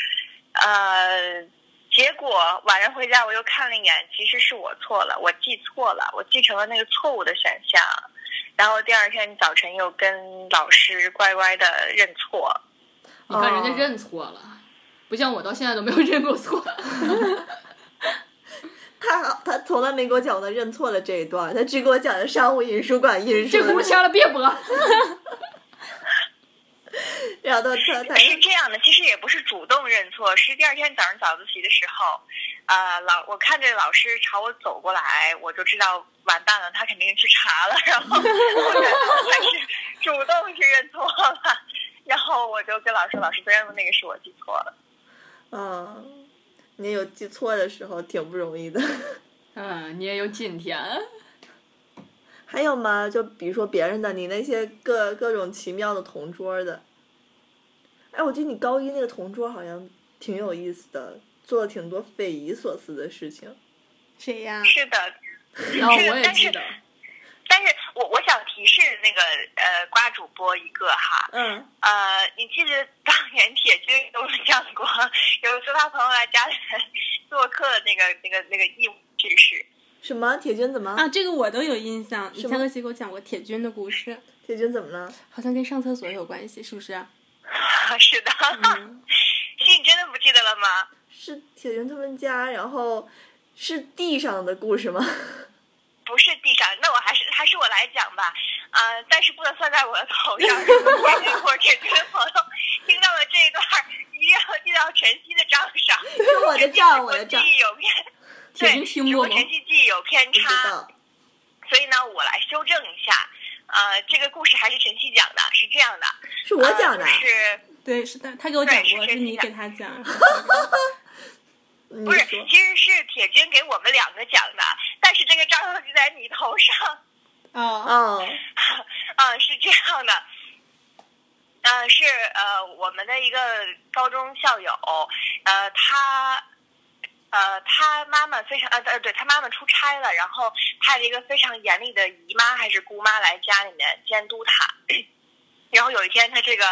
J: 呃，结果晚上回家我又看了一眼，其实是我错了，我记错了，我记成了那个错误的选项。然后第二天早晨又跟老师乖乖的认错，
A: 你看人家认错了，不像我到现在都没有认过 (laughs) 错。
B: 他他从来没给我讲过他认错的这一段，他只给我讲的商务印书馆印书。
A: (laughs) 这轱辘掐了别播。
B: 然后他他
J: 是这样的，其实也不是主动认错，是第二天早上早自习的时候，呃，老我看着老师朝我走过来，我就知道完蛋了，他肯定去查了，然后我就还是主动去认错了，然后我就跟老师，老师昨天那个是我记错了。
B: 嗯，你有记错的时候挺不容易的。
A: 嗯，你也有今天。
B: 还有吗？就比如说别人的，你那些各各种奇妙的同桌的。哎，我记得你高一那个同桌好像挺有意思的，做了挺多匪夷所思的事情。
E: 谁呀？
J: 是
A: (laughs)
J: 的，
A: 然后
J: 是的
A: 哦我也
J: 但
A: 记
J: 是
A: 得，
J: 但是我我想提示那个呃瓜主播一个哈，
B: 嗯，
J: 呃，你记得当年铁军跟我讲过， (laughs) 有一次他朋友来家里做客，那个那个那个义务知识，
B: 什么？铁军怎么？
E: 啊，这个我都有印象。你
B: 是
E: 下
B: 吗
E: 个期给我讲过铁军的故事，
B: 铁军怎么了？
E: 好像跟上厕所有关系，是不是？
J: (laughs) 是的，
A: 嗯
J: (laughs) 是你真的不记得了吗？
B: 是铁军他们家，然后是地上的故事吗？ (laughs)
J: 不是地上，那我还是还是我来讲吧，呃，但是不能算在我的头
B: (laughs)
J: 上。如果我铁军的朋友听到了这一段，一定要记到晨曦的账上。
B: 是我的账，我的
J: 记
B: 账。
J: 忆有偏，
A: 铁
J: 对，
A: 军听
J: 只
A: 过
J: 不
A: 吗
J: 过晨曦记忆有偏
B: 不知
J: 差，
B: 道。
J: 所以呢，我来修正一下。呃，这个故事还是晨曦讲的，是这样的，
B: 是我讲的嗯
J: 呃、。就是。
E: 对，是他，他给我讲
J: 对是
E: 过，
J: 谁
E: 是你
J: 讲
E: 给他 (laughs) 讲。
B: 啊你
J: 不是，
B: 说
J: 其实是铁军给我们两个讲的，但是这个账就在你头上。
E: 哦，
B: 哦，
J: 嗯，是这样的，呃，是呃，我们的一个高中校友，呃，他。呃，他妈妈非常呃呃，对他妈妈出差了，然后派了一个非常严厉的姨妈还是姑妈来家里面监督他。 (clears throat) 然后有一天，他这个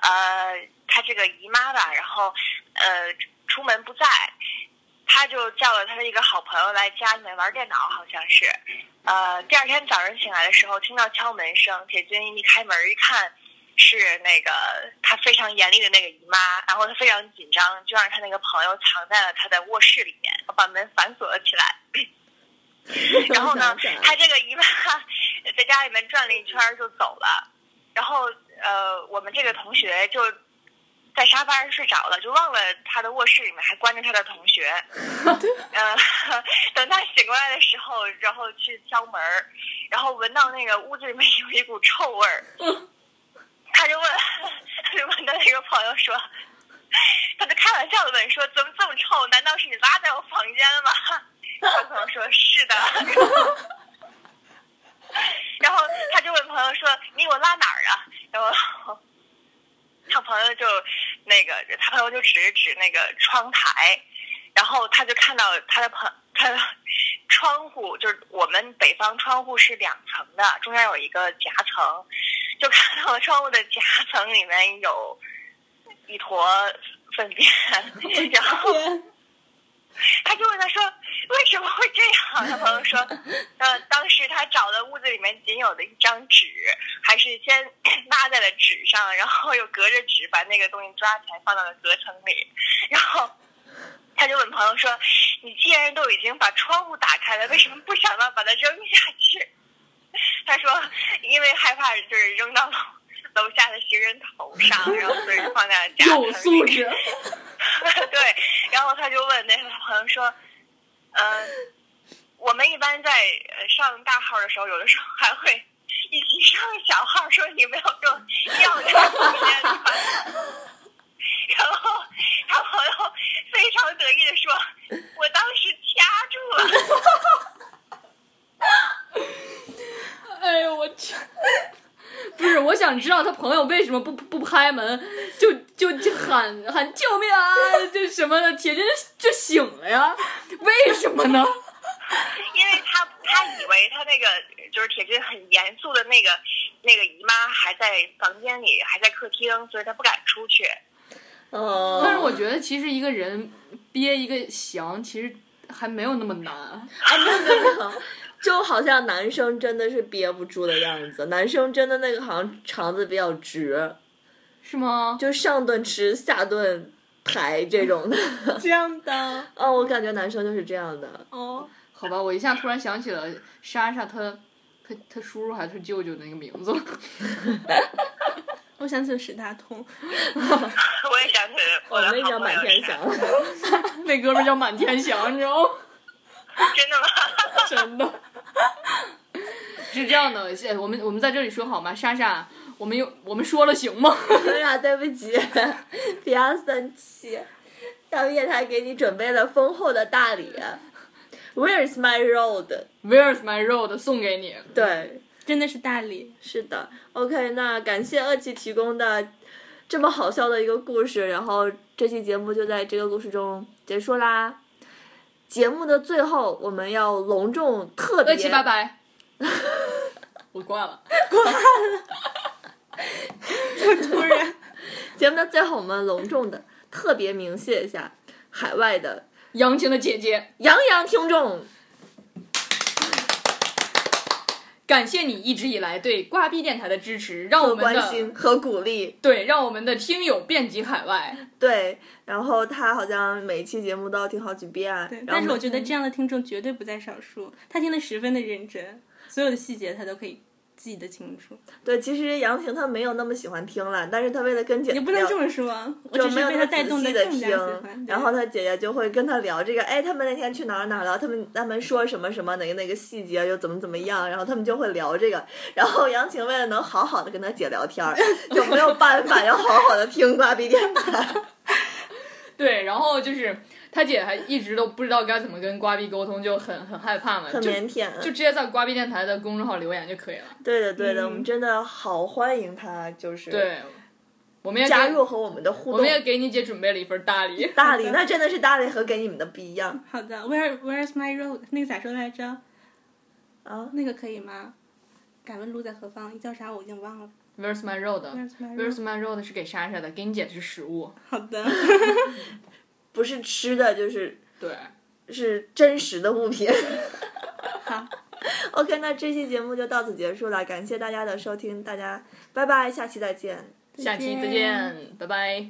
J: 呃，他这个姨妈吧，然后呃出门不在，他就叫了他的一个好朋友来家里面玩电脑，好像是。呃，第二天早上醒来的时候，听到敲门声，铁军一开门一看，是那个他非常严厉的那个姨妈，然后他非常紧张，就让他那个朋友藏在了他的卧室里面，把门反锁了起来。然后呢
B: 我想起来，了
J: 他这个姨妈在家里面转了一圈儿就走了，然后呃，我们这个同学就在沙发上睡着了，就忘了他的卧室里面还关着他的同
B: (laughs)
J: 学。呃，等他醒过来的时候，然后去敲门儿，然后闻到那个屋子里面有一股臭味儿，
B: 嗯
J: (laughs) 他就问， (laughs) 他就问他那个朋友说， (laughs) 他就开玩笑的问说，怎么这么臭？难道是你拉在我房间了吗？他朋友说是的， (laughs) 然后然后他就问朋友说，你给我拉哪儿啊？然后他朋友就那个，他朋友就指指那个窗台，然后他就看到他的朋他的窗户，就是我们北方窗户是两层的，中间有一个夹层，就看到窗户的夹层里面有一坨粪
A: (laughs)
J: 便，然后。他就问他说：“为什么会这样？”他朋友说：“呃，当时他找的屋子里面仅有的一张纸，还是先 (clears throat) 拉在了纸上，然后又隔着纸把那个东西抓起来放到了隔层里。”然后他就问朋友说：“你既然都已经把窗户打开了，为什么不想 (laughs) 到把它扔下去？”他说：“因为害怕就是扔到楼楼下的行人头上，然后所以就放在了家。
A: (laughs) 有素质。
J: (laughs) 对，然后他就问那个朋友说，呃，我们一般在呃上大号的时候，有的时候还会一起上小号，说你们要说要这个空间吗？然后他朋友非常得意的说，我当时掐住了。
A: (laughs) 哎呦我去！不是，我想知道他朋友为什么不不拍门，就就就喊喊救命啊，就什么的，铁真就醒了呀？为什么呢？
J: 因为他他以为他那个就是铁军很严肃的那个那个姨妈还在房间里，还在客厅，所以他不敢出去。
B: 哦
A: (laughs) 但是我觉得，其实一个人憋一个翔，其实还没有那么难。
B: 就好像男生真的是憋不住的样子，男生真的那个好像肠子比较直，
A: 是吗？
B: 就上顿吃下顿排这种的。
E: 这样的
B: 哦，我感觉男生就是这样的。
E: 哦，
A: 好吧，我一下突然想起了莎莎她她她叔叔还是她舅舅那个名字了。 (laughs)
E: 我想起了史大通，
J: 我也想起来，我
B: 哦我
J: 的
B: 们
J: 好
B: 叫
J: 朋
B: 满
J: 友
B: 天
J: 是
B: 翔， (laughs)
A: 那哥们儿叫满天翔，你知道吗？
J: (laughs) 真的吗？
A: (laughs) 真的。是这样的，现我们我们在这里说好吗？莎莎，我们有我们说了行吗？ (laughs)
B: 哥俩哎对不起，不要生气。大叶台给你准备了丰厚的大礼，Where's my road？
A: Where's my road？送给你。
B: 对，
E: 真的是大理。
B: 是的，OK，那感谢恶奇提供的这么好笑的一个故事，然后这期节目就在这个故事中结束啦。节目的最后，我们要隆重特别
A: 恶奇拜拜。 (laughs) 我挂了。
E: 突然，
B: 节目的最后，我们隆重的特别鸣谢一下海外的
A: 杨晴的姐姐，
B: 洋洋听众，
A: 感谢你一直以来对挂壁电台的支持，让我
B: 和
A: 们
B: 关
A: 的
B: 心和鼓励。
A: 对让我们的听友遍及海外。
B: 对，然后他好像每一期节目都要听好几遍，啊
E: 对，
B: 然
E: 但是
B: 后嗯
E: 我觉得这样的听众绝对不在少数，他听得十分的认真，所有的细节他都可以记得清楚。
B: 对，其实杨婷她没有那么喜欢听了，但是她为了跟姐姐
E: 也不能这么说啊，我
B: 就
E: 只
B: 没有
E: 是被
B: 那么
E: 他带
B: 仔
E: 动
B: 细
E: 的
B: 的
E: 更加喜欢
B: 听，。然后他姐姐就会跟他聊这个，哎，他们那天去哪儿哪儿了，他们他们说什么什么哪个哪个细节又怎么怎么样，然后他们就会聊这个。然后杨晴为了能好好的跟他姐聊天儿，就没有办法要好好的听瓜逼电台。
A: 对，然后就是她姐还一直都不知道该怎么跟瓜逼沟通，就很很害怕嘛，
B: 很
A: 就
B: 腼腆，
A: 就直接在瓜逼电台的公众号留言就可以了。
B: 对的对的，
E: 嗯
B: 我们真的好欢迎他，就是
A: 对，我们也给
B: 加入和我们的互
A: 我
B: 动
A: 们。也给你姐准备了一份大礼。
B: 大理那真的是大理和给你们的不一样
E: 好的，Where Where's my road？那个咋说来着？
B: 啊！
E: 那个可以吗？敢问路在何方？叫啥我已经忘了。
A: (laughs) Where's my road？
E: Where's my road？
A: Where's my road 是给莎莎的，给你姐的是食物。
E: 好
B: (laughs)
E: 的，
B: 不是吃的，就是
A: 对，
B: 是真实的物品。
E: 好，
B: OK，那这期节目就到此结束了，感谢大家的收听，大家拜拜，下期再见。
A: 下期再见，拜拜。